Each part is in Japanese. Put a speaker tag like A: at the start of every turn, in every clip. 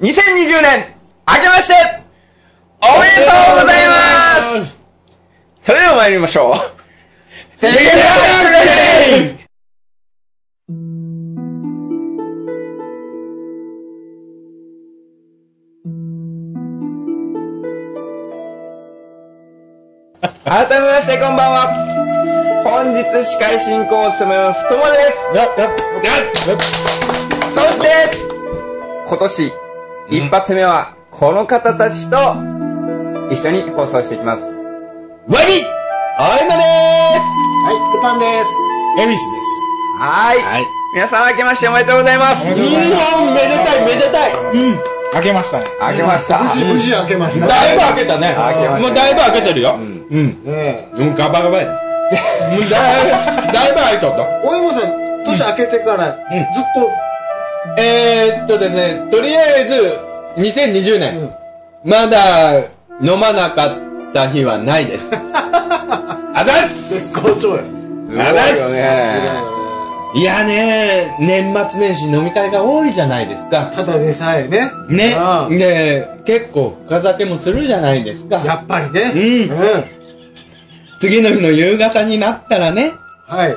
A: 2020年、明けまして、おめでとうございますそれでは参りましょう。テレビアン 改めましてこんばんは。本日司会進行を務めます、ともです。
B: やっやっやっ
A: そして、今年、一発目は、この方たちと、一緒に放送していきます。
B: わびあいまでー
C: はい、ルパンです。
B: すエミシ
A: はーい。
C: い。
A: 皆さん、明けましておめでとうございます。
B: です。
C: う
B: わめでたいめでたいうん。開けましたね。
A: 明けました。
C: 無事、無事開けました。
B: だいぶ開けたね。
A: 開けました
B: もうだいぶ開けてるよ。
A: うん
B: うん。
C: ねえ。
B: うん、ガバガバや。もうだいぶ、だいぶ開いとった。
C: お芋さん、年明けてから、ずっ
B: えーっとですね、とりあえず、2020
C: と、うん
B: 年、まだ飲まなかった日はないです。あざっす
C: 絶好調や。
A: すごいよね。
B: いやね、年末年始飲み会が多いじゃないですか。
C: ただでさえね。
B: ね
C: ああ、
B: ね結構深酒もするじゃないですか。
C: やっぱりね。
B: うん次の日の夕方になったらね、
C: はい。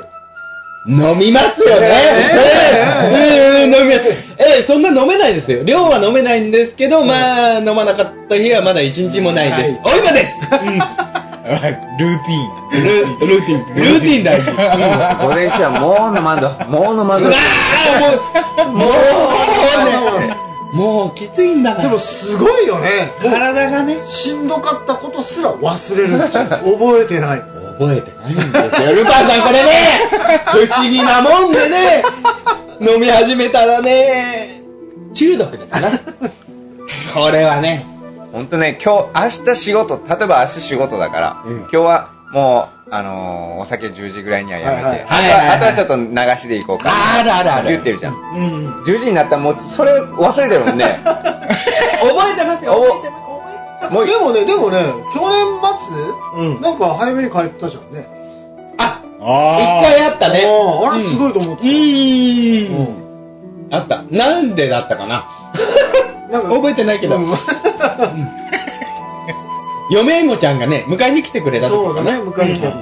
B: 飲みますよね。ええうんうん飲みます。ええそんな飲めないですよ。量は飲めないんですけど、まあ、飲まなかった日はまだ一日もないです。お今です、
D: ルーティ
B: ルルーティン。ルーティンだよ。うん
A: 午前中はもう飲まんど、もう飲まん
B: う
A: ど
B: わ。ーもう、もうね、もうきついんだか
C: で
B: ら
C: も、。すごいよね。
B: 体がね、
C: しんどかったことすら忘れる。覚えてない。
B: 覚えてないんですよ。ルパンさんこれね、不思議なもんでね、飲み始めたらね、中毒ですな。これはね、
A: ほんとね、今日、明日仕事、例えば明日仕事だから、
B: うん
A: 今日はもう、あのーお酒10時ぐらいにはやめて、
C: はいはい
A: あとは
B: はいはいはい
A: あとはちょっと流しでいこうか。
B: あるあるある
A: 言ってるじゃん。
B: うん。
A: 10時になったらもう、それ忘れてるもんね。
B: 覚えてますよ、
A: お
B: 覚えてます。覚えてます
A: もう
C: でもね、でもね、去年末、
B: うん
C: なんか早めに帰ったじゃんね。
B: あ、一
D: あ
B: 回あったね。
C: あああれすごいと思った
B: うんう
C: う
B: ーん。
C: ん
B: あった。なんでだったかな。
C: なんか
B: 覚えてないけど。
C: うん
B: 嫁んごちゃんがね、迎えに来てくれた
C: そう
B: 時
C: だ
B: か
C: ね、
B: な。
C: 迎えに来た。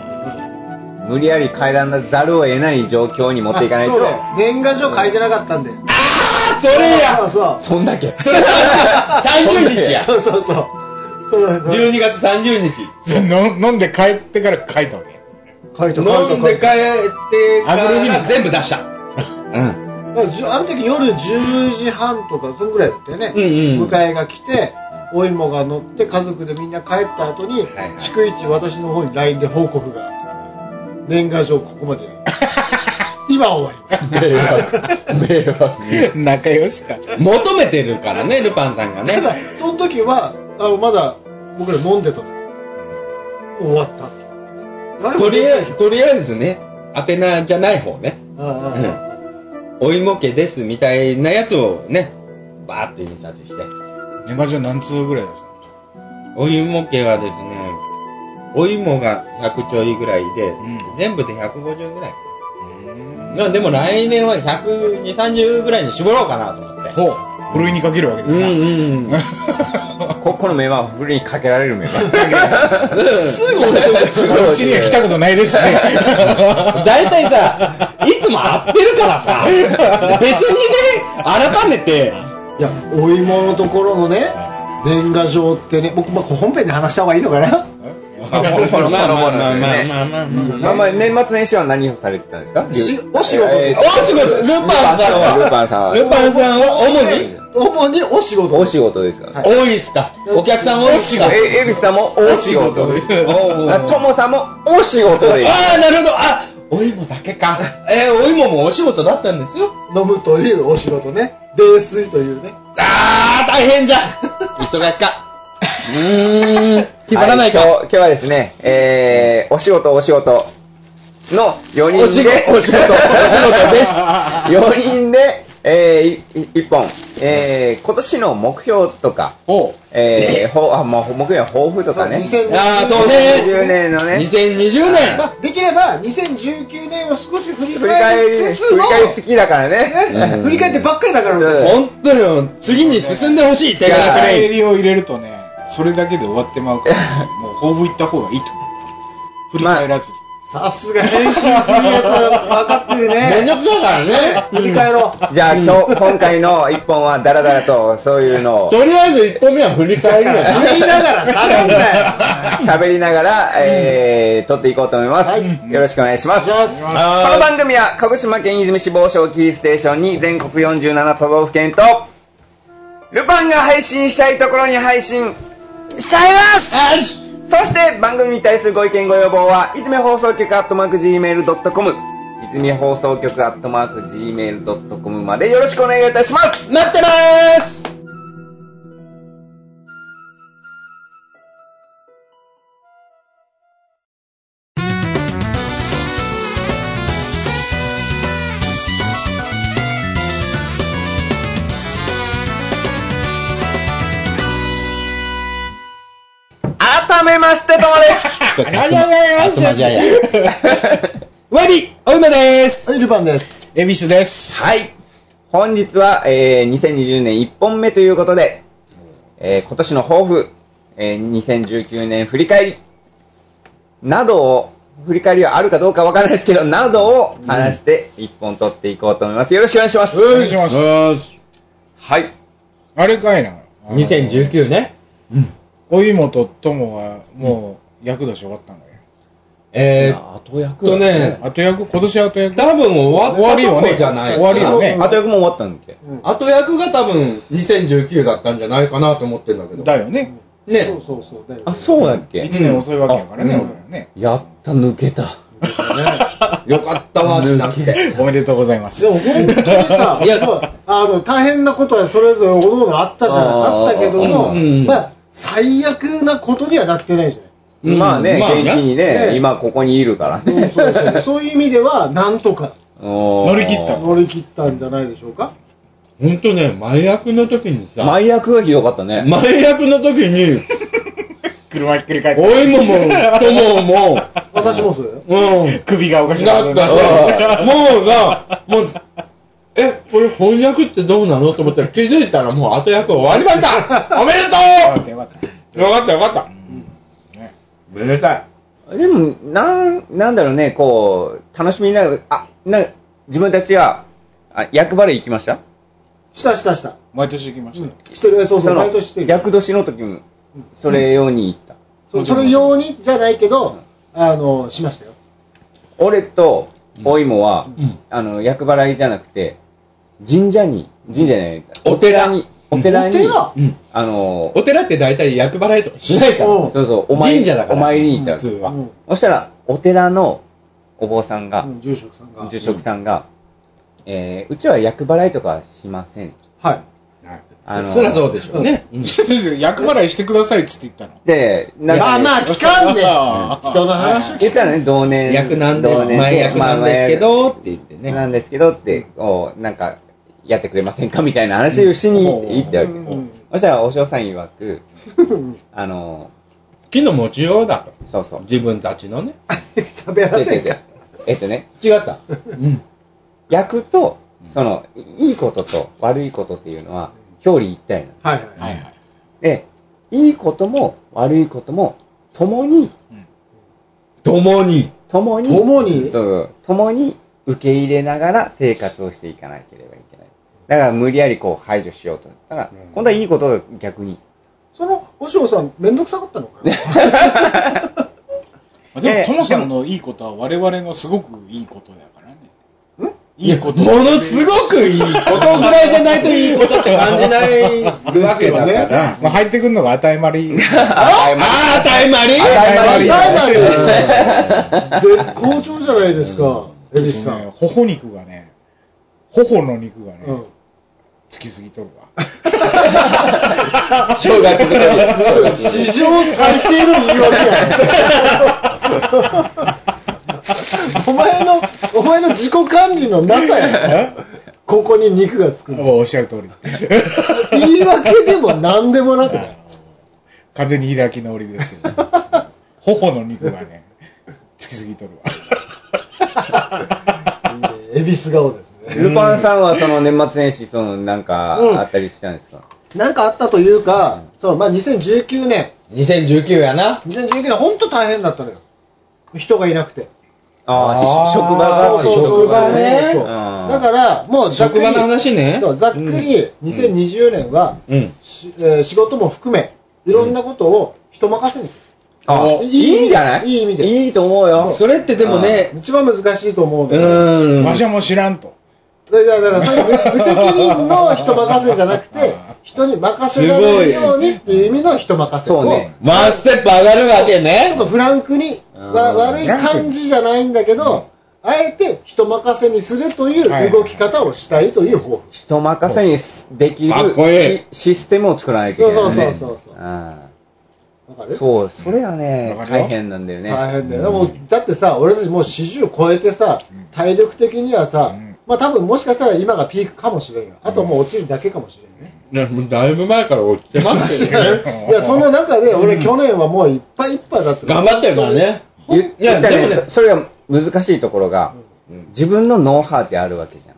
A: 無理やり帰らんざるを得ない状況に持っていかない
C: あ
A: と
C: そう、だよ年賀状書いてなかったんで。
B: あ、それ
C: そう
B: や
C: そう
A: そんだけ。
B: それさ、30日や。
C: そうそうそう。そうだそう。
B: 12月30日。
D: その飲んで帰ってから書いたわけ。
C: 書いた書いた
B: 飲ん
C: 書
B: で
C: い
B: 帰
C: た。
B: ってから全部出した。
A: うん。
C: だからじゅあの時夜10時半とか、そのぐらいだったよね。
B: うんうん
C: 迎えが来て、お芋が乗って、家族でみんな帰った後
A: はい
C: に、
A: はい
C: 逐一私の方に LINE で報告が。年賀状ここまでやる。今終わります。
B: 迷惑。迷惑。
D: 仲良しか。
B: 求めてるからね、ルパンさんが
C: ただ
B: ね。、
C: その時は、あの、まだ僕ら飲んでたの。終わった。誰も
B: とりあえず、とりあえずね、宛名じゃない方ね、
C: ああああああ
B: お芋家ですみたいなやつをね、バーって印刷して。
D: 年賀状何通ぐらいですか
B: お芋家はですね、お芋が100ちょいぐらいで、
D: ん
B: 全部で150ぐらい。まあでも来年は120、30ぐらいに絞ろうかなと思って。
D: ほう。ふるいにかけるわけですな。
B: うん。
A: こ、このメンバーはふりにかけられるメンバー。
B: すぐ落ち
A: す
D: うちには来たことないですしね。
B: 大体さ、いつも会ってるからさ、別にね、改めて、
C: いや、お芋のところのね、年賀状ってね、僕、まあ、本編で話した方がいいのかな
A: まあまあまあまあまあまあまあ
B: まあま
A: まあまあ、年末年始は何をされてたんですか
C: しお仕事
A: えー
B: お仕事、ルパンさんは、
A: ルパンさんは
B: ルパンさんは主に、
C: 主にお仕事。
A: お仕事ですから。
C: はい
B: 多いっすか。お客さん多いっすか。
A: え、エビスさんもお仕事です。
B: おー
A: ともさんもお仕事です。
B: ああ、なるほど。あ、お芋だけか。えー、お芋もお仕事だったんですよ。
C: 飲むというお仕事ね。泥酔というね。
B: ああ、大 変じゃん。忙しか。うーん、決まらないか。
A: は今日今日はですね、えー、お仕事お仕事の4人で、
B: お仕事お仕事お仕事です
A: 4人で、えー、いい一本、えー、今年の目標とか、
B: おう
A: えー、ほあまあ、目標や抱負とかね。
C: 2020
B: あーそうね
A: 20年のね。
B: 2020
C: ま
B: 年
C: あ、できれば2019年を少し振り
A: 振り返
C: 返
A: り、
C: りつつ
A: 振り
C: の
A: 返り好きだからね。
B: うん
C: ね振り返ってばっかりだから
A: うん
C: 私
B: 本当にもう次に進んでほしい手柄プ
A: は
D: 帰
B: レイ
D: りを入れるとね、それだけで終わってまうから、 もう抱負行った方がいいと思う。振り返らずに。
C: さすが編集するやつは分かってる
B: めん
C: ね
B: どくさいからね
C: 振り返ろう
A: じゃあ今日、今回の一本はダラダラとそういうのを
B: とりあえず1本目は振り返るのよ
C: 言いながら喋んなよ
A: 喋りながら、えー、撮っていこうと思います。
C: はい
A: よろしくお願いします。この番組は鹿児島県出水市防省キーステーションに全国47都道府県と、ルパンが配信したいところに配信しちゃいますそして番組に対するご意見ご要望は、いずみ放送局アットマーク Gmail.com、いずみ放送局アットマーク Gmail.com までよろしくお願いいたします
B: 待ってまーす
A: 改めまして、ともです
B: ありがとうございます。マジアイアイワビおいまです。
C: はいルパンです
D: エビスです。
A: はい。本日は、えー、2020年1本目ということで、えー、今年の抱負、えー、2019年振り返り、などを、振り返りはあるかどうかわからないですけど、などを話して1本取っていこうと思います。よろしくお願いします。
D: お願いします。
A: はい。
D: あれかいな。あの。
B: 2019ね。
D: お芋と友は、もう、役年終わったんだよ。
B: えー、後役とね、
D: 後役、今年後役。
B: 多分終わった
D: 終わるよ
B: とこ
D: ね。
B: じゃない
D: 終わるよね。
A: あと役も終わったんだっけ
B: 後役が多分2019だったんじゃないかなと思ってんだけど。
D: だよね。
B: ね
C: そうそうそうだよね
A: あ、そうだっけ
D: 一年遅いわけやからね、俺らね。
A: やった、抜けた。
B: よかったわ、しなくて。
D: おめでとうございます
C: で。も本当にさ、いやあの大変なことはそれぞれおのおのあったじゃん、
A: あー
C: あったけども、
B: うん
C: まあ、最悪なことにはなってないじゃない。
B: うん
A: まあね、
D: まあね
A: 元気にね、
C: ね
A: 今ここにいるからね。
C: そうそうそういう意味では、なんとか
A: 乗
D: 乗り切った
C: 乗り切ったんじゃないでしょうか。
B: ほんとね、前役の時にさ、
A: 前役がひどかったね。
B: 前役の時に、
D: 車ひっくり返って。
B: おいもも、ともも、
C: 私もそれだよ。
B: うん。
D: 首がおかしくな
B: な
D: る
B: ったら、もうさ、もう、え、これ翻訳ってどうなのと思ったら気づいたらもう後役終わりましたおめで
D: よかっ
B: と
D: たよかった。
B: うよかったよかった。
D: ね
B: めでたい。
A: でも、なん、なんだろうね、こう、楽しみながら、あ、な、自分たちが、あ、役払い行きました
C: したしたした。
D: 毎年行きましたよ。
C: してる、そうそう、
A: の
C: 毎年してる。
A: 役年の時も、それ用に行った。
C: そうそれ用にじゃないけど、あの、しましたよ。
A: 俺と、おいもは、
B: ん
A: あの、役払いじゃなくて、神社に、神社じゃない、お寺に、お寺に、
C: お寺
B: うん
A: あの、
B: お寺って大体役払いとかしないから。
C: うん
A: そうそう、お参り、
B: 神社だから。
A: お参りに行った
B: 普通
A: わけ。
B: は。
C: うん
A: そしたら、お寺のお坊さんが、
C: うん住職さんが。
A: 住職さんが、えー、うちは役払いとかはしません。
C: はい。
A: あの
B: そりゃそうでしょうね。
D: 役払いしてくださいっつって言ったの。
A: で、なんか
C: まあまあ、聞かんで、
D: あ ー
C: 人の話を聞
A: 言ったらね、同年。
B: 役なんで、
A: 同年
B: 前役なんですけ、ど、って言って
A: まあな
B: ね。
A: んですけどって、こう、なんか、やってくれませんかみたいな話をしに行ったわけ。
C: うんうん
A: そしたら、お嬢さん曰く、
C: く。
A: あの、
B: 木の持ちようだと。
A: そうそう。
B: 自分たちのね。
C: 喋らせん
A: 違う違う違
C: か
A: う。えっとね、
B: 違った。
A: 役と、その、いいことと悪いことっていうのは、表裏一体なの。
C: はいはい。
D: はいはい。
A: で、いいことも悪いことも、共に、
B: 共に。
A: 共に、
C: 共に
A: そう、共に受け入れながら生活をしていかなければいけない。だから無理やりこう排除しようと。だから、今度はいいことが逆に。
C: その、お嬢さん、めんどくさかったのかな
A: え
D: まあでも、
A: え
D: ともさんのいいことは我々のすごくいいことやからね。
B: いいこと。ものすごくいいことぐらいじゃないといいことって感じないわけだから。
D: まあ入ってくるのが当たり
A: あ
D: 前。
B: ああ、タイマリー
A: タイマ
C: 大
A: リ
C: 丸絶好調じゃないですか、恵比寿さん。
D: 頬肉がね、頬の肉が
C: う
D: ね
C: ん、
D: つきすぎとるわ。
B: 正月ぐらいです。
C: 史上最低の言い訳やお前の、お前の自己管理のなさや。ここに肉がつくんだ
D: おっしゃる通 り。
C: 言い訳でも何でもなくない
D: 完全に開き直りですけど、頬の肉がね、つきすぎとるわ。
C: いいね恵比寿顔ですね
A: ルパンさんはその年末年始、そのなんかあったりしたんですか、
C: なんかあったというか、そうまあ、2019年
B: 2019やな。
C: 2019年本当大変だったのよ人がいなくて
A: あ
B: あー
A: あ、し職場が
C: そうそうそう
B: 職場ね
C: そう
A: うん
C: だからもうざっくり
B: 職場の話ね
C: そうざっくり2020年は、
B: うん。
C: しえー仕事も含めいろんなことを人任せにす
A: あ
C: る、
A: いいんじゃない
C: いい意味で
A: いいと思うよ。
B: それってでもね、
C: 一番難しいと思
B: う
C: うのよ
B: ーん。
D: わしはもう知らんと。
C: だからだからそういう無無責任の人任せじゃなくて人に任せられるようにっていう意味の人任せ
A: そ
C: を
A: うね
B: ワンステップ上がるわけ
C: ちょっ
B: ね
C: と。フランクに、
A: うん
C: わ悪い感じじゃないんだけど、あえて人任せにするという動き方をしたいという抱負。
A: 人任せにできる
D: かっこいい
A: シシステムを作らないといけないよね。
C: そうそうそうそう
A: あ
C: わか
A: ー
C: る
A: そう、それがね
D: わか、るよ
A: 大変なんだよね。
C: 大変だよ、もうだってさ、俺たちもう40超えてさ、体力的にはさ、
D: うん
C: まあ多分もしかしたら今がピークかもしれんよ、あともう落ちるだけかもしれん ね。
B: ねもうだいぶ前から落ちてますよ。
C: いや、その中で俺、去年はもういっぱいいっぱいだったの
B: 頑張ってるからね。
A: 言
B: いや
A: 言ったら
B: でもね
A: ね、そそれが難しいところが、自分のノウハウってあるわけじゃん。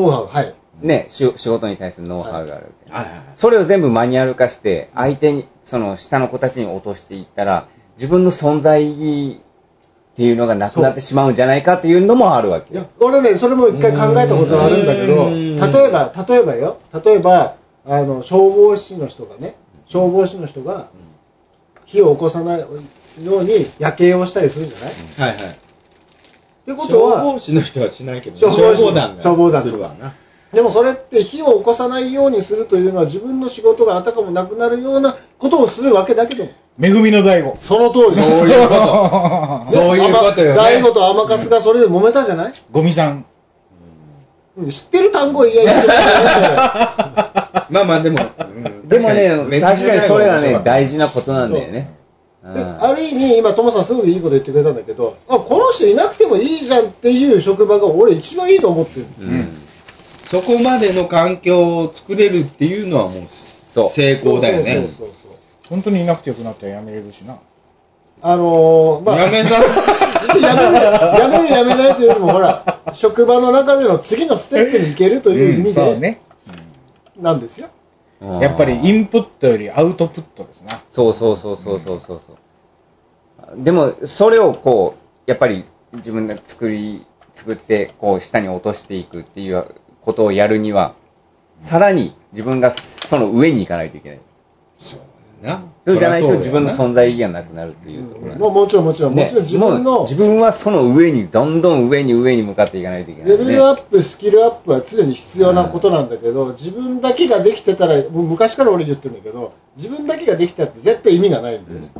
C: ノウハウ、はい。
A: ね、し仕事に対するノウハウがあるわけ。
B: はいはい
A: それを全部マニュアル化して、相手に、その下の子たちに落としていったら、自分の存在意義っていうのがなくなってしまうんじゃないかというのもあるわけ
C: い。や俺ね、それも一回考えたことがあるんだけ
B: う
C: ど、
B: ーん
C: 例えば、例えばよ、例えば、あの消防士の人がね、消防士の人が火を起こさないように夜景をしたりするんじゃない、っ
B: はいはい。
C: てこと
B: 消防
C: は、
B: 士の人はしないけど、
C: 消防士
B: 団が
C: 消防団
B: するわな。
C: でもそれって火を起こさないようにするというのは、自分の仕事があたかもなくなるようなことをするわけだけども、
D: めぐみの醍醐。
C: その通り、そう
B: そういうこと。そういうことよね
C: 大悟と天かすがそれで揉めたじゃない、
D: ゴミさん。
C: うん知ってる単語言え言ってない
B: まあまあでも、
A: でもね、確かにそれはね、大
B: 事。
A: 事なことなんだよね。うん
C: である意味、今、トモさんすごくいいこと言ってくれたんだけど、あこの人いなくてもいいじゃんっていう職場が俺一番いいと思ってる。
A: うん
B: そこまでの環境を作れるっていうのはもう、
A: そう
B: 成功だよね。
C: そうそうそうそう
D: 本当にいなくてよくなったらやめれるしな。
C: あのー、まあ、
B: やめざ
C: 別にやめる、やめる、やめないというよりも、ほら、職場の中での次のステップに行けるという意味
D: そう
C: で、
D: ね。
C: なんですよ。
D: やっぱり
A: うん
D: インプットよりアウトプットですな。
A: そうそうそうそうそうそうそう、でもそれをこうやっぱり自分で作り作ってこう下に落としていくっていうことをやるにはさらに自分がその上に行かないといけない
B: な。
A: そうじゃないと自分の
B: そ
A: 存在意義がなくなるというところなんで
C: もうもちろん、もちろん、も
A: ね
C: ちろん自分
A: もう
C: の
A: 自分はその上にどんどん上に上に向かっていかないといけない、
C: レベルアップ、スキルアップは常に必要なことなんだけど、自分だけができてたら、もう昔から俺言ってるんだけど、自分だけができたって絶対意味がないんだよね。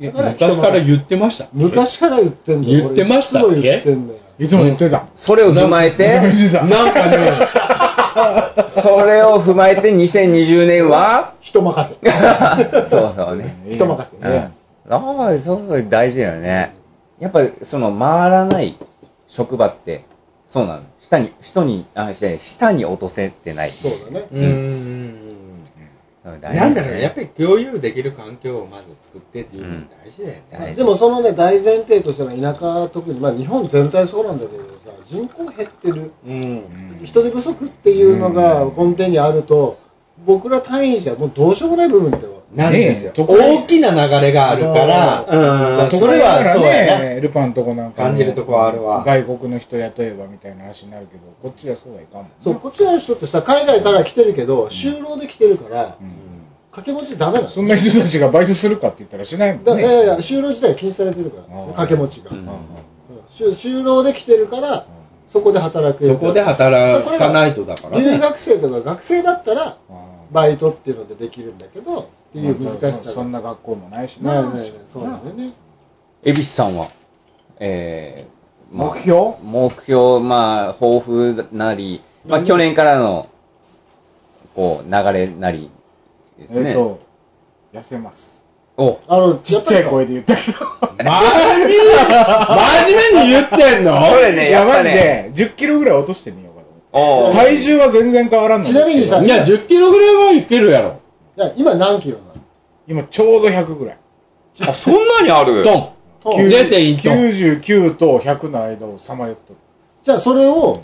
B: うやな。昔から言ってました。
C: 昔から言ってんだよ。
B: 言ってましたっけ
C: 俺いつも言ってんだよ。
D: いつも言ってた。
A: それを踏まえて
D: 言ってた。
B: なん かね、
A: それを踏まえて2020年は
C: 人任 せ。
A: そうそうね
C: 人任せね
D: うん
A: ああ、そうそう大事だよね。やっぱり、その、回らない職場って、そうなの。下に、人に、あ、下に下に落とせてない。
C: そうだね。
B: うーん。
A: うん大事
B: なんだろうね、やっぱり共有できる環境をまず作ってっていうのが大事だよね。
A: 大事
C: でもそのね、大前提としての田舎、特に、まあ日本全体そうなんだけどさ、人口減ってる、
B: うん。
C: 人手不足っていうのが根底にあると、僕ら単位じゃもうどうしようもない部分だよ。
B: なんですよ
D: ね。え
B: 大きな流れがあるから、うん、
D: そ
B: そ
D: れ
B: れ
D: は
B: は
D: ら
B: そうやな。
D: ね、ルパンとこなんかも
B: 感じるとこはあるわ
D: 外国の人雇えばみたいな話になるけど、こっちはそうはいかんもんな。
C: そう、こっちの人ってさ、海外から来てるけど、就労で来てるから、掛け持ちダメなの。
D: そんな人たちがバイトするかって言ったらしないもん
C: だ
D: ね。
C: いやいや、就労自体は禁止されてるから、
D: ああ
C: 掛け持ちが。
A: う
C: うん
A: ん
C: 就就労で来てるから、そこで働く。
B: そこで働かないとだから
C: 留
B: ね。
C: 学生とか学生だったら、
D: あー
C: バイトっていうのでできるんだけど、っていう難し
D: そ
C: さ
D: そ
C: が。
D: んな学校もないし
C: な
D: な。
C: いないそうなんだよね。
A: 恵比寿さんは、えー、まあ
D: 目標
A: 目標、まあ、抱負なり、まあ、去年からの、こう、流れなりですね。
D: えっと、痩せます。
A: お、
C: あの、
D: ちっちゃい声
C: で。
D: で言ったけど。
B: マジ真面目に言ってんの
A: それね、
D: いや、
A: やっ
D: マ
A: ぱ
D: ジ
A: ね、
D: で、10キロぐらい落としてみようかと思っ
A: おー
D: 体重は全然変わらんのですけど
C: ちなみにさ
B: いや、10キロぐらいはいけるやろ。
C: いや今何キロなの
D: 今ちょうど100ぐらい。
A: あ、そんなにあ る
B: トン。
C: トン
B: 90 0.1トン。
D: 99と100の間をさまよっとる。
C: じゃあそれを、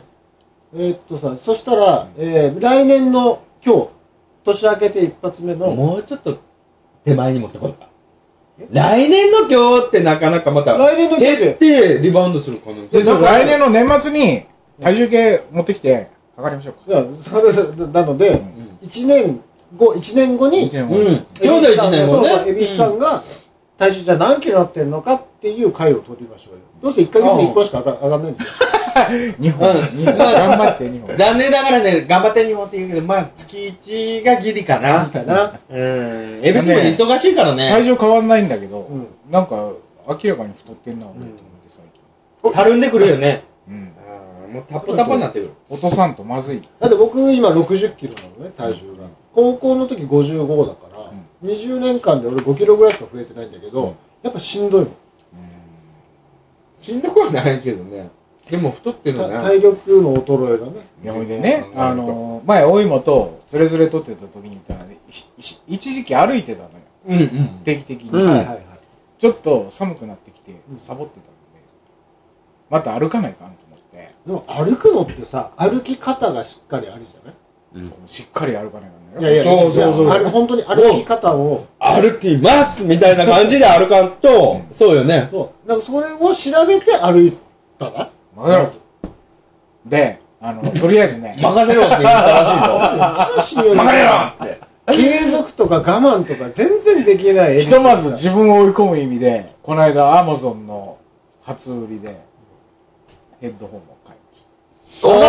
C: えーっとさ、そしたら、えー来年の今日、年明けて一発目の、
B: もうちょっと手前に持ってこいか。来年の今日ってなかなかまた、
C: 来年の今日で
B: 減ってリバウンドする可能
D: で、
B: 性。
D: そう来年の年末に体重計持ってきて、測りましょうか。
C: いやそれなので、1年後、1年後に、
D: 一年後
B: うん。今日で1年もね。
C: エビスさんが、体重じゃあ何キロなってんのかっていう回を取りましょうよ。どうせ1ヶ月に1個しか上が上がんないん ですよ。
D: 2本、2本。頑張って2本。
E: 残念ながらね、頑張って日本って言うけど、まあ、月1がギリかな。
C: かな
E: うん。エビスも忙しいから
D: 体
E: ね。
D: 重変わんないんだけど、
C: うん
D: なんか明らかに太ってんな、俺と思って最近。
E: たるんでくるよね。
D: うん。
E: あーもうタッポタッポになってる。
D: 落とさんとまずい。
C: だって僕今60キロなのね、体重が。高校の時55だから、20年間で俺5キロぐらいしか増えてないんだけど、
D: うん
C: やっぱしんどいもん。
E: しんどくはないけどね。でも太ってる
C: た
E: な。
C: 体力の衰えがね。
D: いやほいでね、あのー前、大芋とズレズレ撮ってた時にいたらね、ひひ一時期歩いてたのよ。
E: うんうん。
D: 定期的に。
A: うん
C: はいはいはい。
D: ちょっと寒くなってきて
C: う、ん
D: サボってたので、また歩かないかんと思って、
C: でも歩くのってさ、歩き方がしっかりあるじゃない
D: こうしっかり歩かないかんのよ。
C: いやいや、
B: そうそうそう
C: いやあれ本当に歩き方を、
B: 歩きますみたいな感じで歩かんと、そうよね。
C: そう、なんかそれを調べて歩いたら、
D: わかりますで、あ の、とりあえずね、
B: 任せろって言った らしいぞ。
C: 一番信用できない継続とか我慢とか全然できない。
D: ひとまず自分を追い込む意味で、この間、アマゾンの初売りで、ヘッドホンを買いまし
A: おーそれは、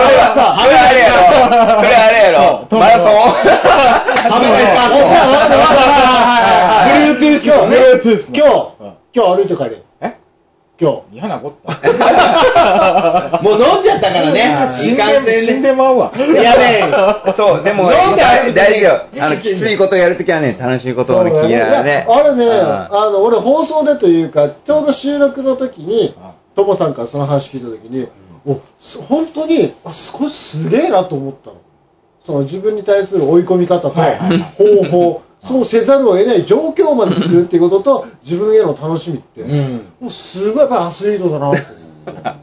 A: それあれやろ。それあれやろ。マラソン
D: 食べないか
C: あじゃあ、わかったわかったはいはいはい。
D: Bluetooth のね Bluetooth の
C: 今
D: うん
C: 日、今日歩いて帰れ。
D: え
C: 今
D: た。嫌なこった。
E: もう飲んじゃったからね。
D: 死
E: 新
D: んで
E: 幹
D: も、死ん
E: 線で。
D: でまうわ。
E: いやね。
A: そう、でも、
E: 飲んで歩いてね
A: 大丈夫。あの、きついことやるときはね、楽しいことをね、聞
C: 日。
A: いたら
C: い
A: ね
C: や。あれね、
A: うん
C: あの、俺放送でというか、ちょうど収録の時に
D: あ、
C: ともさんからその話聞いた時に、お、す本当に、あ、すごいすげえなと思ったの。その自分に対する追い込み方と
D: はいはい
C: 方法、そうせざるを得ない状況まで作るっていうことと、自分への楽しみって、
E: うん。
C: もうすごいやっぱりアスリートだなって。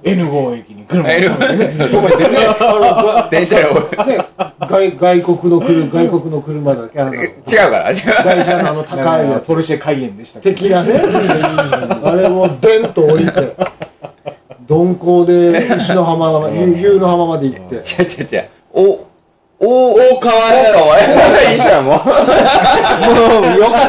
D: N5 駅に車
A: N
D: が
A: 号駅に
D: 止めてね。
C: あの
A: 電車よ。
C: ね、外外国の車外国の車だけあの
A: 違うから、違う。
C: 外車のあの高いやつ
D: ポルシェ開園でしたけど
C: 的なねあれもデンと降りて鈍行で石の浜までゆ夕の浜まで行って
A: 違う違う違う。お、お、お、かわいい。かわいい。いいじゃん、もう。もう、よかっ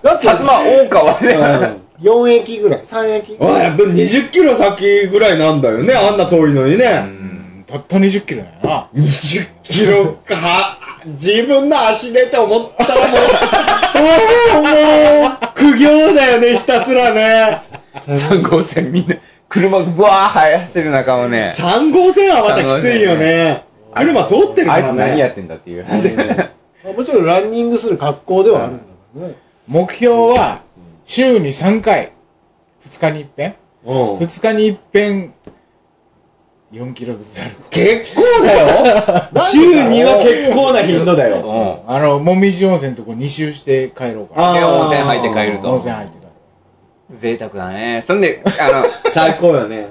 A: た。
C: だって
A: 薩摩、お、かわいい。
C: 4駅ぐらい3駅
E: おい、やっぱ20キロ先ぐらいなんだよね。あんな遠いのにね。
D: うんたった20キロやな。
E: 20キロか。自分の足でって思ったらもう、もう、もう、苦行だよね、ひたすらね。
A: 3号線みんな、車がぶわー走る中をね、
E: 3号線はまたきついよね。車通ってるか
A: あい
E: ら
A: つ何や
E: ね。
A: ってんだっていう。
C: もちろんランニングする格好ではあるんだけどね
D: 目標は、週に3回、2日に一遍
E: うん
D: ?2 日に一遍、4キロずつ歩く。
E: 結構だよ。週には結構な頻度だ
A: うん。
E: よ。
D: あの、もみじ温泉のとこ2周して帰ろうか
E: あ
D: な。
A: で、温泉入って帰る
D: 温
A: と。
D: 泉入ってた。
A: 贅沢だね。そんで、あの、
E: 最高だね。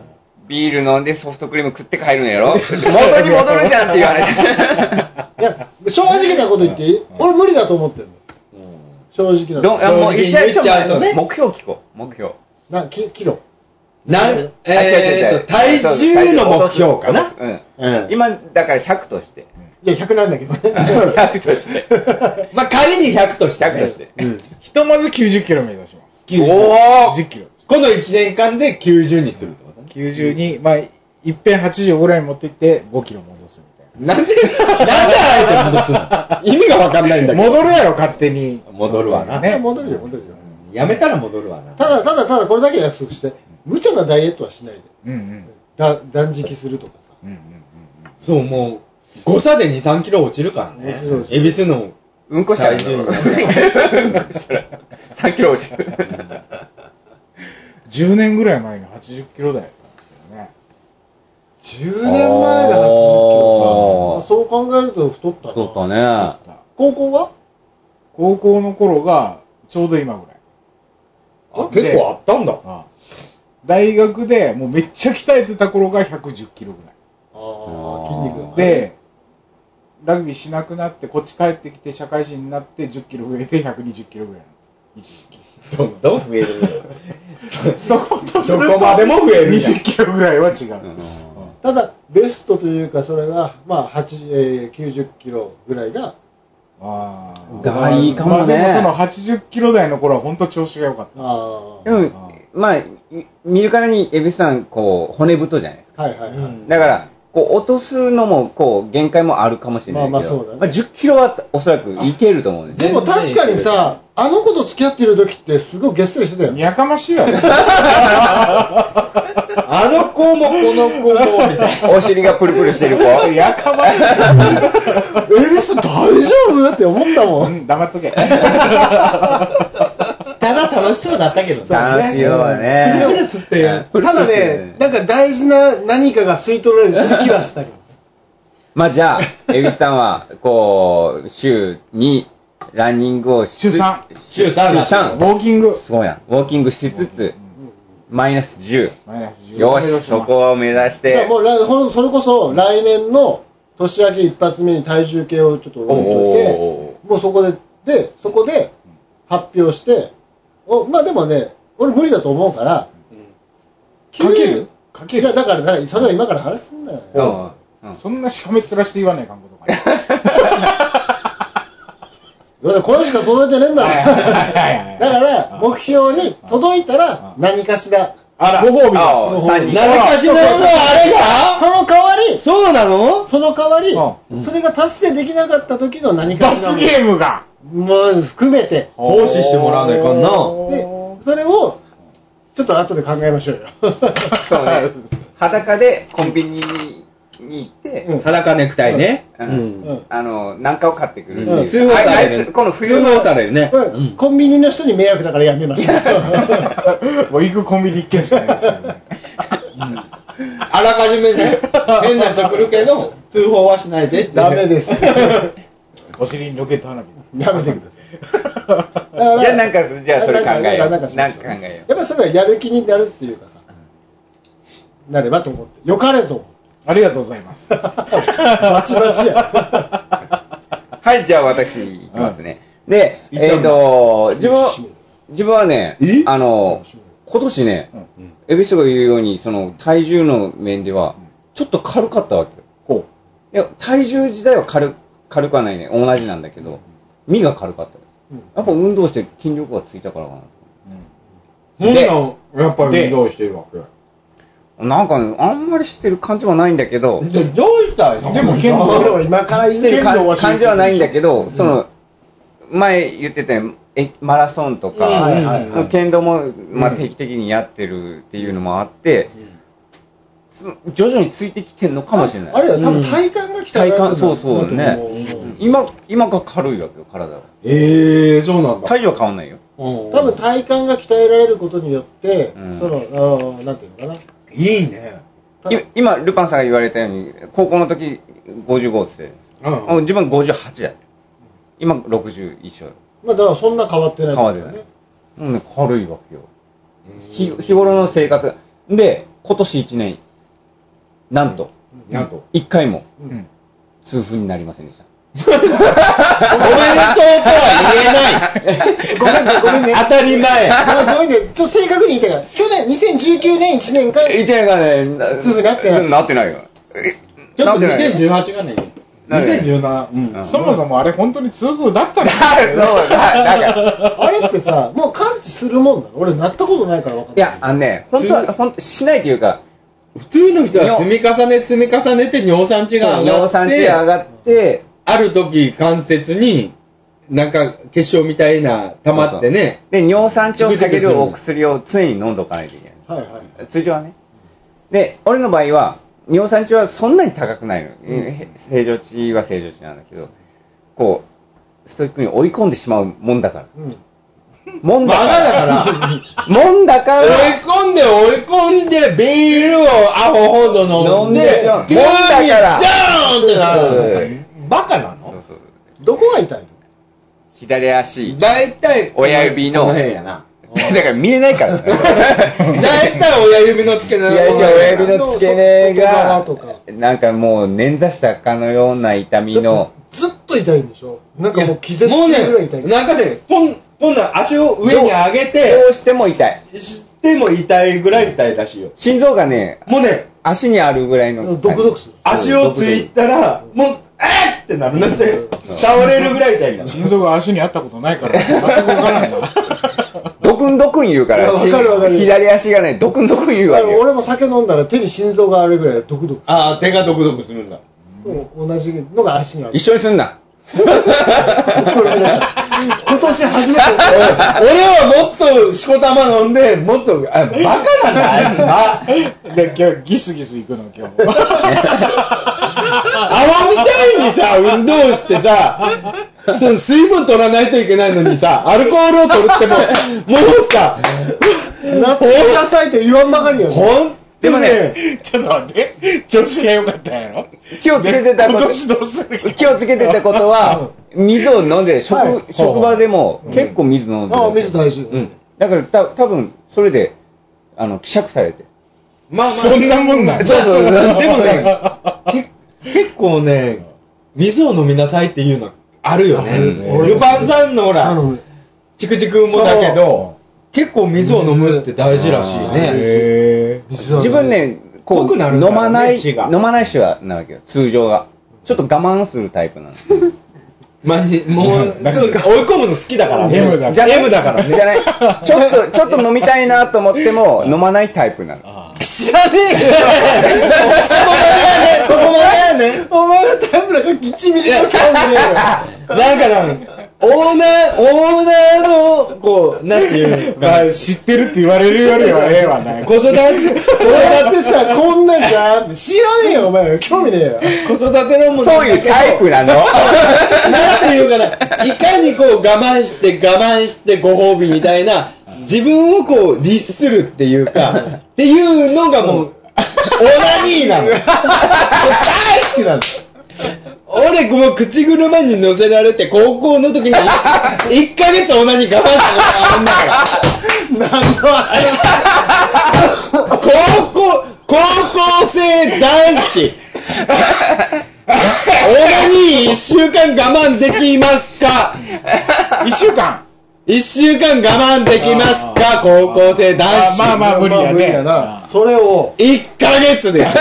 A: ビール飲んでソフトクリーム食って帰るん やろ元に戻るじゃんって言われて。
C: いや正直なこと言っていい俺無理だと思ってるの正直な
A: どん
C: こと
A: あもう言っちゃう
E: 正直に言っちゃうとね
A: 目標聞こう。目標。
C: なきキロ
E: なん、
A: あ違う違う
E: え
A: 違
E: ー
A: う
E: と、体重の目標かな
A: 落と。すうん
E: うん。
A: 今、だから100として。
C: いや100なんだ けどね
A: 100として。
E: まあ、仮に100としてね。
A: 100として。
D: ひとまず90キロ目指します。
E: 90
A: おー
D: 10キロ。
E: この1年間で90にするってことね。
D: 90に、まあ、いっぺん80ぐらいに持っていって、5キロ戻すみたいな。
E: なんで、なんであえて戻すの 意味がわかんないんだけど。
D: 戻るやろ、勝手に。
E: 戻るわな。
D: ね
C: 戻るよ戻るよ
E: やめたら戻るわな。
C: ただただただこれだけ約束して無茶なダイエットはしないで
D: うんうん。
C: だ断食するとかさ
D: うんうんうん
E: そう、もう、誤差で2、3キロ落ちるからね
C: 落ちる落。ち
E: 恵比寿の
A: うんこしたらいい
E: 体重
A: の
E: に
A: うんこ
E: な
A: したら3キロ落ちる。
D: 10年ぐらい前に80キロ台だったんですけどね。
C: 10年前で80キロか。まあそう考えると太ったな。
A: そうかね。
C: 高校は
D: 高校の頃が、ちょうど今ぐらい。
E: あ結構あったんだ。
D: ああ大学でもうめっちゃ鍛えてた頃が110キロぐらい。
C: ああ、筋肉が。
D: で、ラグビーしなくなって、こっち帰ってきて、社会人になって10キロ増えて120キロぐらいに。一時期
E: どんどん増える。
D: そことす
E: ど
D: ると
E: こまでも増えるじゃん
D: 20キロぐらいは違う。
C: ただ、ベストというか、それが、まあ、8、えー90キロぐらいが、
D: ああ
A: がいいかもね
D: まあでもその80キロ台の頃は本当調子が良かった。
C: ああ、
A: うん、まあ、い見るからに、エビさん、こう、骨太じゃないですか。
C: はいはいはい。
A: だから、こう、落とすのも、こう、限界もあるかもしれないけど、
C: まあまあそうだね
A: 10キロはおそらくいけると思うんです
C: で
A: ね。
C: も確かにさ、あの子と付き合ってる時って、すごいゲストにしてたよね。
D: やかましいわ。
E: あの子もこの子も、みたい な。
A: お尻がプルプルして る子。
D: やかましい。
C: エビス大丈夫だって思ったも。
D: うんん、黙っとけ。
B: ただ楽しそうだったけどさ。
A: 楽しいよね。
C: プルプ
A: ルってや
C: ただね、なんか大事な何かが吸い取られるその気はしたけど。
A: まあじゃあ、エビさんは、こう、週にランニングをし
D: 週
A: つつ、
D: 3、
A: 週3、週
D: ウ
A: 3、
D: ォーキング、
A: すごいな。ウォーキングしつつ、マイナス10。
D: マイナス10。
A: よし、そこを目指し
C: だから
A: て
C: も、う来ほんそれこそ来年の年明け一発目に体重計をちょっと置いといて
A: お、
C: もうそこで、で、そこで発表して、おまあでもね、俺無理だと思うから、
D: かけるかけ
C: いや、
D: る
C: だから、だからそれは今から話すんだよ。
A: うんうん
D: そんなしかめっ面して言わないかんことかね。
C: だってこれしか届いてねえんだから。 だから、目標に届いたら何かしら。
D: あら、
E: ご褒美だ
A: ああ、3人。
E: 何かしらのあれが
C: その代わり、
E: そうなの
C: その代わり、
D: う
C: それが達成できなかった時の何かしらも
D: 罰ゲームが。
C: もう含めて、
E: 奉仕してもらわないかんな。
C: で、それを、ちょっと後で考えましょうよ。
A: そうね。裸でコンビニに行って、
C: うん
E: 裸ネクタイね。
A: う
C: うんん
A: あの、なんかを買ってくるっていう
C: うん
E: 通報される
A: ああいつこの冬
E: 通
A: の
E: 報されるね。
C: これコンビニの人に迷惑だからやめましょう。
D: もう行くコンビニ一軒しかないですからね。
E: あらかじめね、変な人来るけど、通報はしないでって。
C: ダメです。
D: お尻にロケット花火。
C: やめてください。
A: じゃあなんか、じゃあそれ考えよう。な
C: な
A: んん
C: か
A: か
C: し
A: 考
C: ましょう
A: えよ
C: やっぱりそれはやる気になるっていうかさ、なればと思って、よかれと思って。
D: ありがとうございます。
C: バチバチや。
A: う。はい、じゃあ私行きますね。で、えっ、と、自分は、自分はね、あの、今年ね、エビスが言うように、その、体重の面では、ちょっと軽かったわけよ。
D: こ
A: いや、体重自体は軽軽くはないね。同じなんだけど、身が軽かったよ。やっぱ運動して筋力がついたからかな。
D: う。
A: で
D: やっぱり移動してるわけ。
A: なんかね、あんまりしてる感じはないんだけど、
E: じゃあどうしたいの
D: でも、剣道
C: 俺は今から言
A: し
C: ってて
A: る
C: る
A: か
D: 剣道は集中
A: 感じはないんだけど、その、前言ってたよえマラソンとか、
C: うんはいはいはい
A: 剣道も、まあ、定期的にやってるっていうのもあって、そ徐々についてきてるのかもしれない。
C: あれだよ、多分体幹が来た
A: 体感、そうそうね。
C: うん
A: 今、今が軽いわけよ、体が。
E: えー、そうなんだ。
A: 体重は変わんないよ。
C: 多分体幹が鍛えられることによって、
A: うん
C: その、あーなんていうのかな。
E: いいね。
A: い今、ルパンさんが言われたように、高校の時55って言ってたよ、自分58だ。今60一緒よ。
C: まあだからそんな変わってない、
A: 変わってない。もうね、軽いわけよ。日日頃の生活。で、今年1年、なんと、
E: なんと。
A: 1回も
D: うん。
A: 痛風になりませんでした。
E: おめでとうとは言えない。
C: ごめんね、ごめん ね。
E: 当たり前。
C: ごめんごめんね、ちょっと正確に言いたいから、去年、2019年1年間、
A: 1年がね、な
C: 痛風になってない
A: なってないよ。え
E: ちょっと
A: なてないよ
E: 2018がね、
A: なんで
E: 2017。
A: うん
D: そもそもあれ本当に痛風だったの
A: そうだ、だから。
C: あれってさ、もう完治するもんなの俺、なったことないから分かんない。
A: いや、あのね、本当は、本当しないというか、
E: 普通の人は積み重ね積み重ねて尿酸値が上が
A: 尿酸
E: って、
A: 値が上がって、
E: ある時関節に、なんか結晶みたいな溜まってね、
A: で、尿酸値を下げるお薬を常に飲んでおかないといけない。
C: はいはい。
A: 通常はね。で、俺の場合は、尿酸値はそんなに高くないの。え正常値は 正常値なんだけど、こう、ストイックに追い込んでしまうもんだから。
C: うん。
A: もんだか
B: バカだ
A: ら。
B: から。
A: もんだから。
B: 追い込んで追い込んでビールをアホほど飲ん
A: 飲んで
B: で
A: しょ
B: 急に
A: もんだから
B: ダーンってな
A: そう
B: るバカな
A: そう
B: の
A: そう。
C: どこが痛いの
A: 左足。だ
B: 大体
A: 親指の
B: この辺 やな
A: から見えないからね。
B: 大体親指の付け根の
A: 左足は親指の付け根が
C: 外側と、
A: なんかもう捻挫したかのような痛みの、
C: ずっと痛いんでしょなんかもう気絶
B: もう
C: するぐらい
B: ね
C: 痛い。
B: なんかねポンポンな足を上に上げ
A: ど
B: て
A: うしても痛い。
B: しても痛いぐらい痛いらしいよ
A: 心臓がね、
B: もうね
A: 足にあるぐらいの。
C: ドクドクする。
B: 足をついたらもうえっってなるんだって倒れるぐらい痛いんだ
D: 心臓が足にあったことないから、全くわからんな。
A: ドクンドクン言うか
C: いや
A: ら、
C: わ
A: し
C: かるわかる
A: 左足がね、ドクンドクン言うわけよ。
C: 俺も酒飲んだら手に心臓があるぐらいドクドク
B: ああ手がドクドクするんだ
C: する。と同じのが足にある
A: 一。緒にすんな。
C: これね今年初めて。
B: 俺はもっとしこたま飲んで、もっと、あ、バカなんだ、あいつは。
D: で、今日ギスギス行くの、今日も。
B: 泡みたいにさ、運動してさ、その水分取らないといけないのにさ、アルコールを取るってもう、もうさ、
C: なってくださいと言わんばかりやね
B: ほん
A: でもね、
D: ちょっと待って、調子が良かったんやろ
A: 気をつけて たこ
D: 今
A: と、
D: 年どうする
A: 気をつけてたことは、水を飲んで、職、
C: はい
A: 職場でも結構水飲んでる
C: ああ、水大事。
A: うん。だからた多分それで、あの、希釈されて。
B: まあま
D: そんなもんなん
A: そうそう、
B: でもね、け結構ね、水を飲みなさいっていうのあるよね。
A: うん
B: ルパンさんのほら、チクチクもだけど、結構水を飲むって大事らしいね。
D: へ
A: 自分ね、こ
B: 濃
A: う、
B: くなるからね
A: 飲まない、
B: 血
A: 飲
B: が
A: まない人はなわけよ、通常が。ちょっと我慢するタイプな の。じ
B: まあ、にもう、そうか、追い込むの好きだからね。
D: M だ
B: じゃあ
A: ない
B: M だから
A: じゃ
B: ね。
A: ない。ちょっと、ちょっと飲みたいなと思っても、飲まないタイプなの。
B: 知らねえよそこまでやねんそこまでやねんお前のタイプなんか1ミリも興味ねえよ。なんかな、オーナー、オーナーの、こう、なんていうの
D: え。ま
B: か
D: あ、知ってるって言われるよりはええわな。
B: 子育て、
C: 俺だって
B: 子育て
C: さ、こんなんじゃんって知らねえよ、お前ら。興味ねえよ。
B: 子育てのも
A: そういうタイプなの。
B: なんていうかな、いかにこう我慢して我慢してご褒美みたいな、自分をこう律するっていうか、っていうのが もう、オナニーなの。大好きなの。俺、この口車に乗せられて、高校の 時に、1ヶ月オナニー我慢したことあるんだから。高校、高校生男子。オナニー1週間我慢できますか
D: 一週間
B: 一週間我慢できますか高校生男子。
D: まあまあ無理や
C: 無理や
D: ね。
C: な。それを、
B: 一ヶ月です。
C: す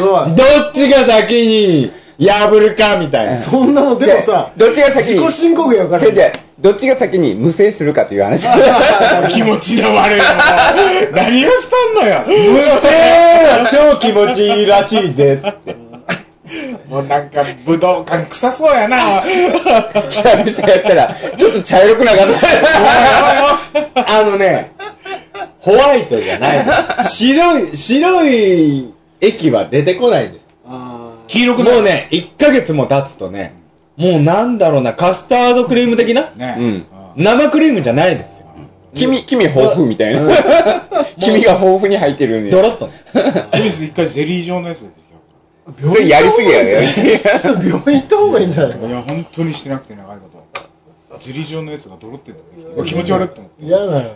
C: ごい。
B: どっちが先に破るかみたいな。
C: そんなの、でもさ、
A: どっちが先
C: 自己
A: に、
C: 申告やから
A: 違う。違うどっちが先に無制するかという話。
D: 気持ちが悪いよ。何をしたんの
B: 無
D: よ。
B: 性は超気持ちいいらしいぜ。つって
D: もうなんか、武道館臭そうや な。
A: 久々やったら、ちょっと茶色くなかった。
B: あのね、ホワイトじゃないの白い、白い液は出てこないんです。
C: あー
D: 黄色くなる
B: もうね、1ヶ月も経つとね、もうなんだろうな、カスタードクリーム的な
D: ね
A: うん
B: 生クリームじゃないですよ。
A: 君、君豊富みたいな。 君が豊富に入ってるん
B: ド
A: で。
B: ロッとね。
D: ニュース一回ゼリー状のやつ出てき
A: それやりすぎやね。
C: それ病院行った方がいいんじゃない
D: た。い
C: の
D: や、本当にしてなくて長いこと。ゼリー状のやつがドロって出てきて気持ち悪いって思って。
C: 嫌だよ。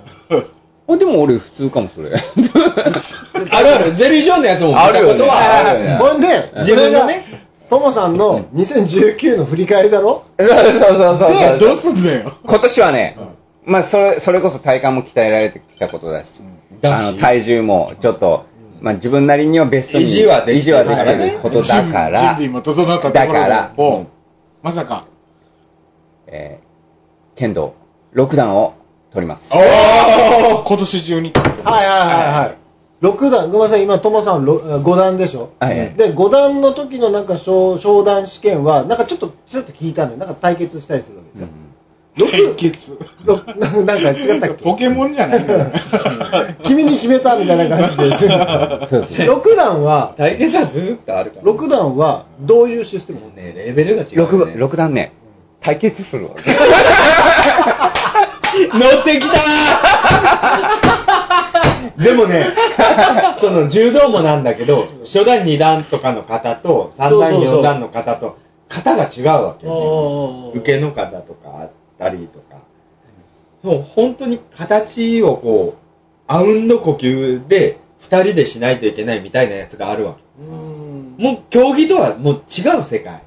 A: あ、でも俺普通かも、そ れ。
B: あるある、ゼリー状のやつも見たことはある。
A: ね
C: ほんで、
B: 自分のね
C: それが、ともさんの2019の振り返りだろ
A: そうそうそうそう。
D: どうすんだよ。
A: 今年はね、まあ、それ、それこそ体幹も鍛えられてきたことだし、
B: だ
A: あ
B: し
A: の、体重もちょっと、まあ、自分なりにはベストに。
B: 維持はでき
A: 維
B: て
A: 持
B: る
A: は
B: か
A: で
B: らね
A: きてることだか
D: 準
A: ら
D: 備、も整ったところで
A: だから
D: おうまさか。
A: えー剣道、6段を取ります。
D: お今年中にってこと
C: はいはいはいはい。6段、ごめんなさい、今、ともさん5段でしょ、
A: はいはい
C: で、5段の時のなんか商商談試験は、なんかちょっと、ちょっと聞いたのよ。なんか対決したりするわけでしょ。
D: 対決
C: ろくなんか違 ったっけ
D: ポケモンじゃないんだよ
C: 君に決めたみたいな感じです。6
A: そうそう
C: 段は、
B: 対決はずーっとあるから。
C: 6段はどういうシステムなの
B: ね、レベルが違う、ね。
A: 6、六段ね、対決するわ。
B: 乗ってきたー でもね、その柔道もなんだけど、初段2段とかの方と、3段
C: そうそうそう
B: 4段の方と、型が違うわけね。受けの方とかあったりとか。もう本当に形をこう、あうんの呼吸で2人でしないといけないみたいなやつがあるわけ。
C: うん
B: もう競技とはもう違う世界。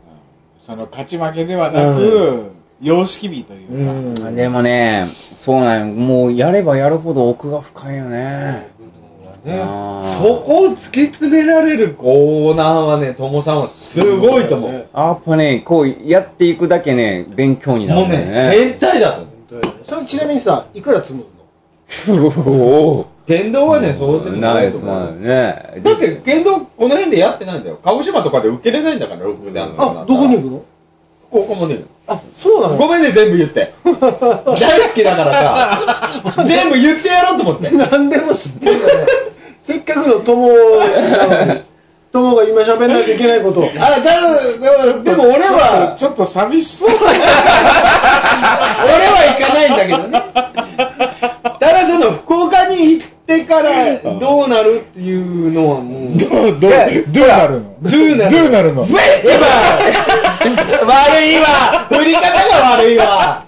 D: その勝ち負けではなく、様式美というか、
A: あでもね、そうなんよもうやればやるほど奥が深いよね。
C: ね
A: あー
B: そこを突き詰められるコーナーはね、ともさんはすごいと思う。
A: やっぱね、こうやっていくだけね、勉強になる
B: もうん
A: だ
B: ね、
A: よね。
B: 変態だと思う。
C: それちなみにさ、いくら積むの
A: お
B: 剣道はね、そう
A: お、ないやつもあるね。
B: だって剣道この辺でやってないんだよ。鹿児島とかで受けれないんだから、6分であんの
C: あ、どこに行くの
B: ここもね。
C: あ、そうなの
B: ごめんね、全部言って。大好きだからさ、全部言ってやろうと思って。
C: 何でも知ってるからねせっかくの友なのに友が今喋んなきゃいけないことを
B: あ、だ、でも、でも俺は、
D: ちょっと寂しそう
B: 俺は行かないんだけどね。ただその福岡に行ってからどうなるっていうの はもう。
D: どう、どう、どうなるの
B: どうなる
D: どうなるの
B: フェスティバル悪いわ 振り方が悪いわ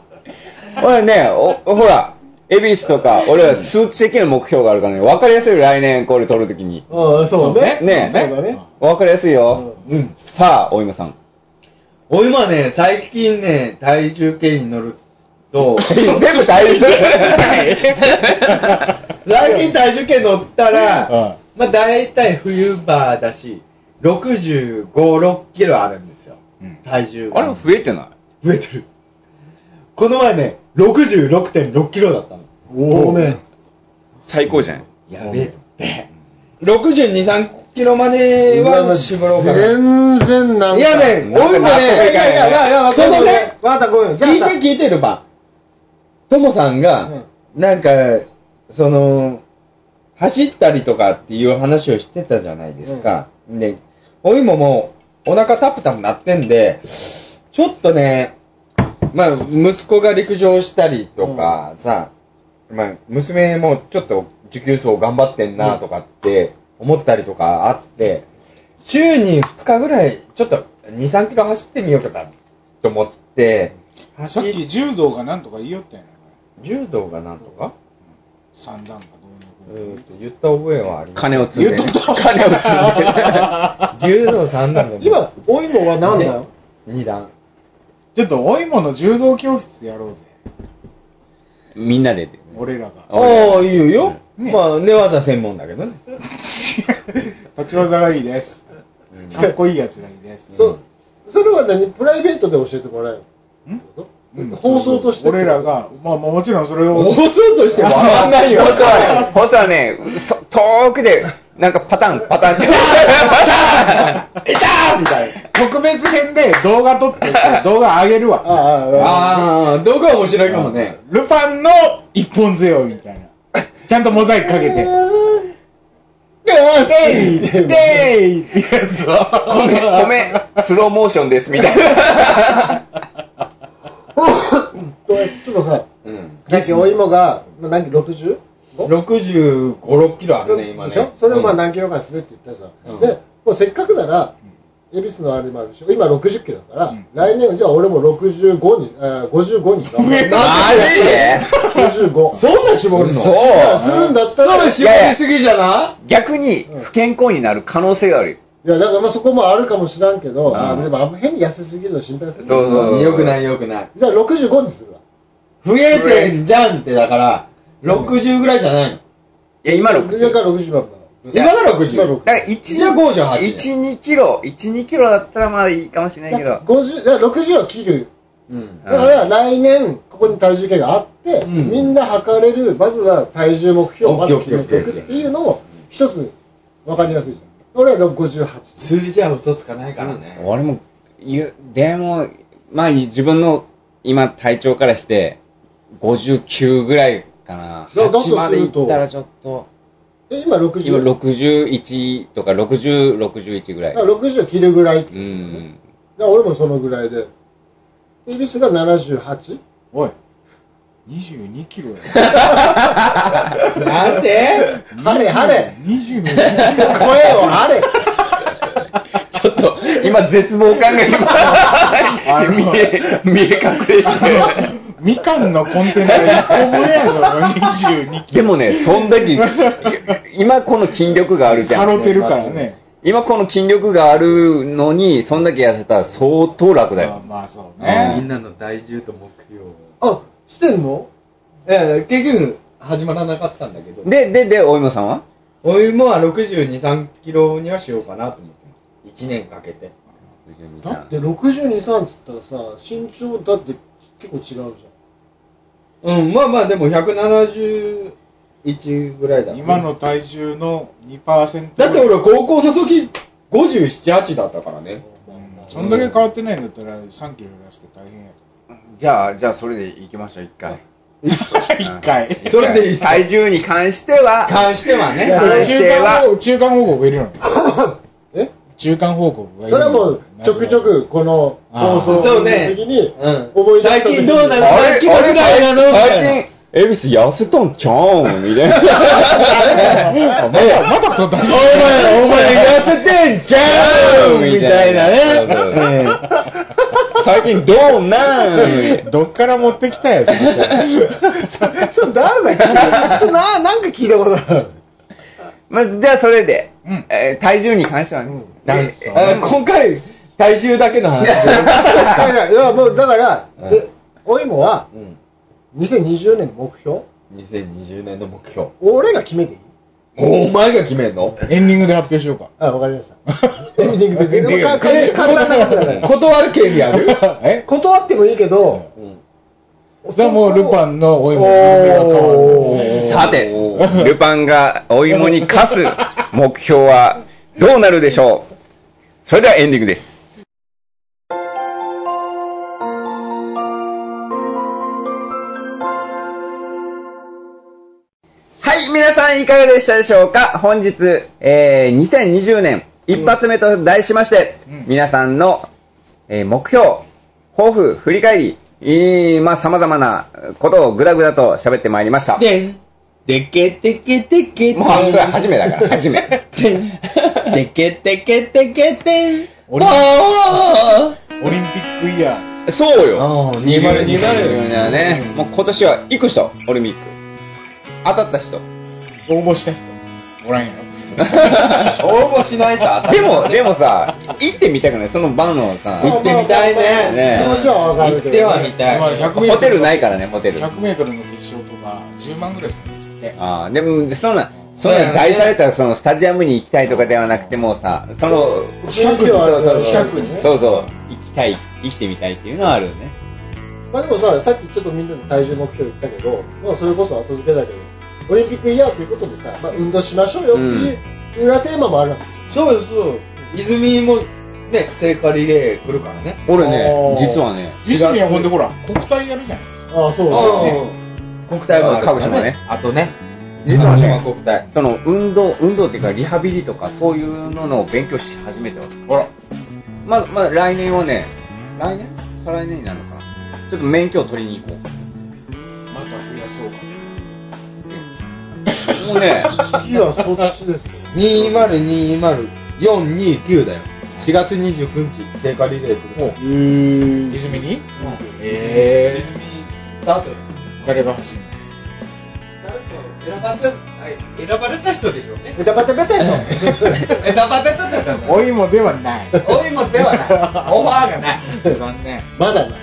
A: 俺ね、おほら、恵比寿とか、俺は数値的な目標があるからね、分かりやすいよ、来年これ取るときに。
C: ああそうね
A: ね
C: そうだね
A: 分かりやすいよ。
B: うん。
A: さあ、お芋さん。
B: お今ね、最近ね、体重計に乗る と、
A: 全部大事。
B: 最近体重計乗ったら、
D: う
B: まあ大体冬場だし、65、6キロあるんですよ
D: うん。
B: 体重が。
A: あれ増えてない
B: 増えてる。この前ね、66.6キロだったの。
C: おおね
A: 最高じゃん。
B: やべえと思って。62、3キロまでは絞ろうかな。
C: 全然なん
B: い
C: か
B: やね、
A: なんか
B: 俺も
A: 納得いかないね
B: ね、いやいやいやいや、そ
C: そ
B: の
C: の
B: ね
C: ね、またごめんじゃあ
B: 聞い
C: さ
B: て聞いてるば。ともさんが、なんか、その、走ったりとかっていう話をしてたじゃないですか。で、おいももうお腹タプタプなってんで、ちょっとね、まあ、息子が陸上したりとかさ、まあ、娘もちょっと受給層頑張ってんなとかって思ったりとかあって、週に2日ぐらい、ちょっと2、3キロ走ってみようかなと思って、
D: さっき
B: 走
D: 柔道がなんとか言いよったやないか
B: 柔道がなんとか、
D: 三段
B: う
D: がどうのこ
B: ん、と言った覚えはあります。
A: 金を積んで。金を積んで。
B: 柔道3段だ
C: 今お芋は何だよ
B: 2段。
D: うちょっとおいもの柔道教室やろうぜ。
A: みんなでって。
D: 俺らが。
B: ああ、いいよ。まあ、寝技専門だけどね。
D: 立ち技がいいです。かっこいいやつがいいです。
C: そそれは何プライベートで教えてもらえる
D: んうん
C: 放送として
D: 俺らが、まあもちろんそれを、
B: 放送としてもあんまないよ。
A: ホスはね、ホスはね、そ遠くで、なんかパターン、パ ターンって。
D: えたーみたいな。特別編で動画撮って、動画上げるわ。
C: ああああ
B: ああ、動画面白いかもね。
D: ルパンの一本背負いみたいな。ちゃんとモザイクかけて。デイデイってやつを。
A: ごめん、ごめん、スローモーションです、みたいな。
C: ごめんちょっとさ
B: うん。
C: さっきお芋がまあ何キロ 60?
B: 65、6キロあるね、今
C: でしょ
B: ね。
C: それをまあ
B: うん
C: 何キロかするって言ったじゃん、
B: うん
C: でもうせっかくなら恵比寿のあれもあるでしょ今60キロだから、
D: うん
C: 来年じゃあ俺も65に、えー、55に頑張る
A: マジで
C: 55
B: そんな絞るの
A: そう
C: いやするんだったら、い
B: 絞りすぎじゃな
A: 逆に、不健康になる可能性があるよ。
C: やだからまあそこもあるかもしらんけど、
A: あー
C: まあでもあんま変に痩せすぎるの心配する
A: そうそう
B: いよくないよくない。
C: じゃあ65にするわ
B: 増えてんじゃんってだから、60ぐらいじゃないの。
A: いや、今
C: 60
A: 60。
C: か
A: だから
C: 60番だ
B: 今が
C: 今
B: 60?
C: 60
A: ら1、
B: じゃあ58
A: 1、2キロ、1、2キロだったらまだいいかもしれないけど。
C: 50だから60は切る
B: うん。
C: だから来年ここに体重計があって、
B: うん
C: みんな測れるまずは体重目標をまず決めていくっていうのを一つ分かりやすいじゃん俺は58
B: 数字は嘘つかないからね。
A: 俺も、ゆでも、まあ自分の今体調からして、59ぐらいかな。
C: だだとす
A: 8
C: ると
A: までいったらちょっと、
C: で今60
A: 今61とか60、61ぐら
C: だ
A: い
C: か。ら60を切るぐらい、
A: う
C: だか
A: ん。
C: ら俺もそのぐらいで恵比寿が 78?
D: おい、 22キロや。
F: なんて
C: 晴れ晴れ
D: 22キ
C: 声
D: ロ。
C: を晴れ
A: ちょっと、今、絶望感が今、見え、見え隠れして。
D: みかんのコンテナが1個分やぞ、22キロ。
A: でもね、そんだけ、い今この筋力があるじゃ
D: カロ
A: ん。
D: てるからね。
A: 今この筋力があるのに、そんだけ痩せたら相当楽だよ。
D: まあまあそうね。
B: みんなの体重と目標
F: あ、してんの
B: ええ結局始まらなかったんだけど
A: で、で、で、お芋さんは
B: お湯もは6 2 3キロにはしようかなと思ってます1年かけて
C: だって62、3つったらさ、身長だって結構違うじゃん。
B: うんまあまあでも171ぐらいだ
D: 今の体重の2%。
B: だって俺高校の時578だったからね
D: うん、そんだけ変わってないんだったら3キロ減らして大変や
A: じゃあ、じゃあ、それで行きましょう、一回。
D: 一回。
B: それでいいっす
A: 体重に関しては、
B: 関してはね
A: 関し
D: 中
A: て
D: 間報
A: は、
D: 告、中間報告がいる の
C: え
D: 中間報告がい
C: そ
D: る
C: れはもう、ちょくちょく、この放送の
B: そうね
C: 時に、
B: うん
C: 思い出した時に
B: 最近どうなの
A: あれ、あれ、
B: なの
A: 最近、エビス痩せとんちゃうんみたいな。
D: また、また太ったし。
A: お前痩せてんじゃんみたいなね。最近どうなん
D: どっから持ってきたやつ
C: そう、誰だっけな、なんか聞いたことある。
A: まあ、じゃあそれで、
D: うん
A: えー体重に関してはね。でえ
B: あ今回体重だけの 話で
C: いやいやもうだから、えおいもは、
B: うん
C: 2020年の目標、
B: 2020年の目標
C: 俺が決めていい
B: お前が決めんの
D: エンディングで発表しよ うか。
C: あ、わかりました。エンディングで全然簡単簡単なことだから。
B: 断る権利 ある
D: え
C: 断ってもいいけど、
D: それはもうルパンのお芋の夢が変わ
C: お
D: る。
C: ー
A: さて、ルパンがお芋に課す目標はどうなるでしょうそれではエンディングです。はい、皆さんいかがでしたでしょうか本日、えー、2020年一発目と題しまして、
D: うん
A: 皆さんの、えー目標、抱負、振り返り、えー、まあ様々なことをぐだぐだと喋ってまいりました。
B: でんでけてけてけてん
A: もう、それは初めだから、初め。
B: てんでけてけてけてん
D: 俺
B: あ
D: オリンピックイヤー。
A: そうよ。
B: ー
A: 2020
B: 2020
A: だね。もう今年は行く人、オリンピック。当たった 人。
D: 応募した人。おらんや
B: 応募しないと当た
A: で
B: りま
A: も、
B: せん
A: でもさ、行ってみたくないその場のさ、
B: 行ってみたい
A: ね
B: ね
C: 気持ちはわかる
B: 行
C: けど
B: ってはみたい
D: ろ。今100メー
A: ホ
D: ト
A: テ
D: ル
A: ルないからね、ホテル。
D: 100メートルの決勝とか10万ぐらいするんですって。
A: ああ、でも、そんな、そんな大されたそのスタジアムに行きたいとかではなくてもさ、その、
C: 近くに
A: そうそう
C: 近くに
A: そうそう、行きたい、生きてみたいっていうのはあるよね。
C: まあでもさ、さっきちょっとみんなの体重目標言ったけど、まあそれこそ後付けだけど、オリンピックイヤーということでさ、まあ運動しましょうよっていう裏テーマもあるわけ
B: そうそう泉もね聖火リレー来るからね
A: 俺
C: あ
A: ね
C: ー、
A: 実はね、
D: 泉はほんでほら、国体やるじゃないですか。
C: あ、そうだね。
B: 国体もあるか
A: 鹿
B: ら
A: 児島ね
B: あとね
A: 実はね、
B: 国体
A: その運動、運動っていうかリハビリとかそういうののを勉強し始めてます。
D: ほら。
A: まあ、まあ、来年はね、来年再来年になるのかな。ちょっと免許を取りに行こうか。
D: また増やそうか。
A: もう ね、
C: 次はそっちですけど。
B: 2020429だよ4月29日聖火リレー
D: お
B: も
D: う泉にええ。泉、
B: スタートよ
D: 誰が走る
B: 選ばれた選ばれた人でしょうね
C: ベタベタベタやん。
B: 選ばれた人だ
D: お芋ではない。
B: おいもではないオファーがない
D: 残念。
C: まだな。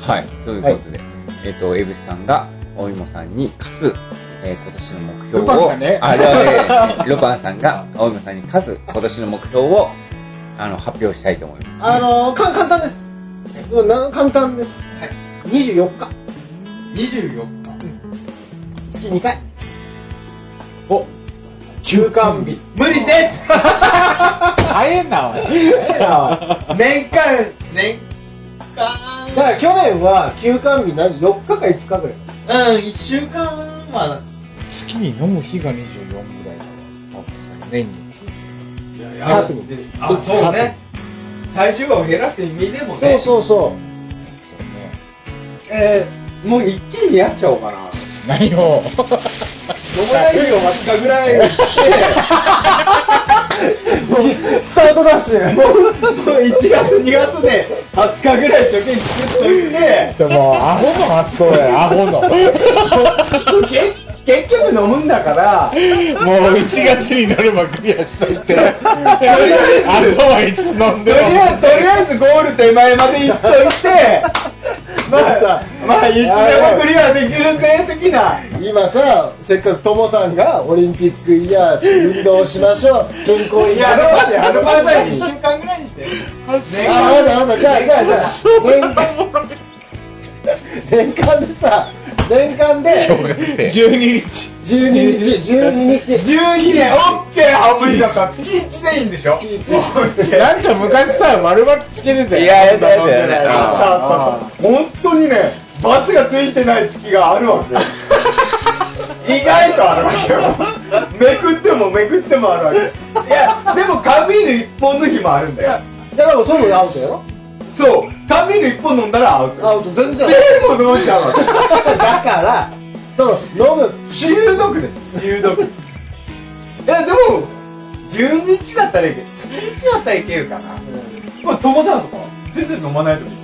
A: はい、そういうことで、えっ、と、江口さんが、お芋さんに課す、えー今年の目標を、
D: ルパンがね
A: あれはね、ルパンさんが、お芋さんに課す、今年の目標を、あの、発表したいと思います。
C: あのー、か簡単です。もうな簡単です。24日、
B: 24日
C: 月2回。
D: お、
C: 休館日。
B: 無理です
D: 早えな、おい。
C: だか
B: 年間年
C: ら去年は休館日何 ?4 日か5日ぐらい。
B: 間うん1週間は
D: 月に飲む日が24ぐらいだろ多分その年に
C: ハプニング
B: あそうね体重を減らす意味でも
C: そ
B: ね
C: うそうそう。
D: そうね
C: え
B: もう一軒家やっちゃおうかな。
D: 何
B: 飲
D: を
B: まないよ、20日ぐらいして。
C: スタートダッシュ。
B: もう1月、2月で20日ぐらい貯金作っといて、
D: でもアホの発想やアホ のもう
B: け結局飲むんだから、
D: 1月になればクリアし といてあとはいつ飲
B: と
D: んで
B: り
D: も
B: あえず、とりあえずゴール手前まで行っといて、まあ、 まあ、いつでもクリアできるぜ、的な。
C: 今さ、せっかくともさんがオリンピックイヤー運動しましょう、健康
B: い
C: イ
B: や、あ
C: ヤ
B: の、
C: ー
B: 待って、あの、まだ1週
C: あ、
B: 間ぐらいにして。
C: わかったわかった。じゃあ、じゃあ、じゃあ、年間。年間でさ、年間で
D: 小学生
C: 12日、12日。
B: 12年、オッケー、ハブリだから、月1でいいんでしょ
D: な んか昔さ丸巻きつけてたよ
A: いややったやったやった
D: 飲んでないの
B: あー本当にね、バツがついてない月があるわけ。意外とあるわけよ。めくってもめくってもあるわけ。いや、でも缶ビール一本の日もあるんだよ。
C: だからもうそろそろアウトやろ
B: そう、缶ビール一本飲んだらアウ
C: ア
B: ト。
C: ウト全
B: で
C: 然アウ
B: もどうしちゃうわけ。
C: ト。だから、その、飲む。
B: 中毒です、中毒。いや、でも、12日だったらいいけど、月1だったらいけるかな。これ、友さんとかは全然飲まないと思う。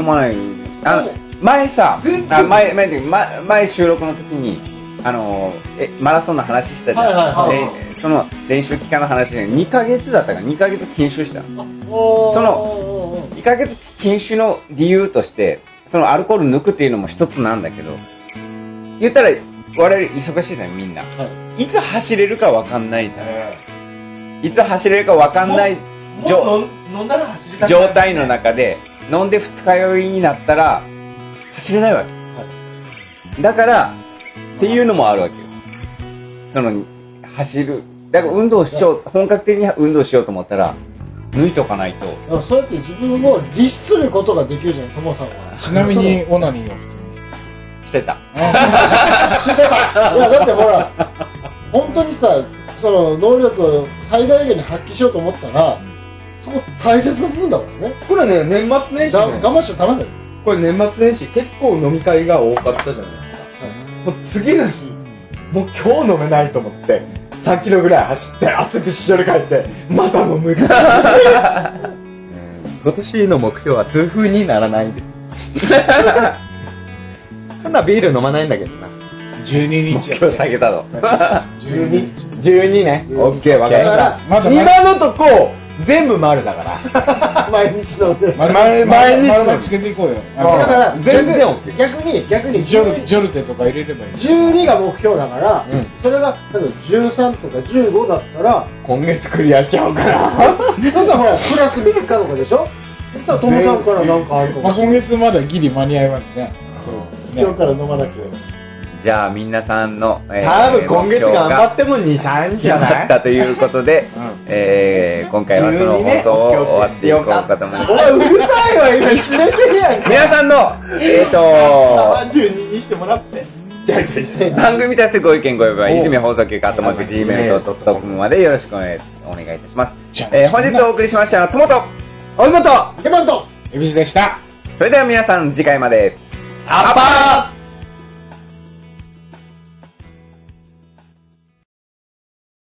A: 飲まないあの前さ
B: 全然
A: あ前前っていうか前前収録の時にあのえマラソンの話したじゃん、
C: はいはいはい
A: でその練習期間の話で2ヶ月だったから2ヶ月禁酒したのその2ヶ月禁酒の理由としてそのアルコール抜くっていうのも一つなんだけど言ったら我々忙しいじゃんみんな、い、つ走れるか分かんないじゃん、いつ走れるか分かんない状
B: 飲んだら走りたくな
A: 状
B: い
A: 態の中で飲んで二日酔いになったら走れないわけ、だからっていうのもあるわけよその走るだから運動しよう本格的に運動しようと思ったら抜いとかないと
C: だからそうやって自分を律することができるじゃん、ともさんは。
D: ちなみにオナニーを普通にして
A: してた
C: いやだってほら本当にさその能力を最大限に発揮しようと思ったらそこ大切な部分だからね
B: これね、年末年
C: だ
B: 始、ね、
C: 我慢しちゃダメだよ
B: これ年末年始、結構飲み会が多かったじゃないですか。もう次の日、もう今日飲めないと思って、3キロぐらい走って、汗びっしょりかいて、また飲 む今年の目標は痛風にならない です。そんなビール飲まないんだけどな。
D: 12日
A: 今日下げたの
C: 12
B: 12ね。オッケー、わかりました。
D: まだ
B: 今のとこ、全部丸だから。
C: 毎日飲んでる
D: 丸
B: 前前に
D: 丸巻きつけていこうよ
C: だから
B: 全然 OK
C: 逆に逆に
D: ジョル
C: 12
D: ジョルテとか入れればいい
C: 12が目標だから、
B: うん
C: それが多分13とか15だっ たら
B: 今月クリアしちゃおうか
C: そしたらほらプラス3日とかでしょそしたらともさんからなんかあるか
D: ま
C: も
D: あ、
C: しれ
D: 今月まだギリ間に合いますね。
C: ない今日から飲まなきゃ
A: じゃあみんなさんの、えー
B: 多分今月頑張って
A: 目標が
B: も2、3じ
A: 決
B: ゃ
A: ま
B: な
A: った
B: い
A: ということで、えー今回はその放送を終わっていこうかと思います
B: お前うるさいわ、今閉めてるやんか。
A: 皆さんの、えっ、と、
B: 12にしてもらって。じゃあじゃあじゃあ
A: 番組に対するご意見ご要望は、泉放送局、あとまく gmail.com までよろしくお願いお願いいたします。えー本日お送りしましたのは、ともと、おみもと、
D: エビスでした。
A: それでは皆さん、次回まで、アッパー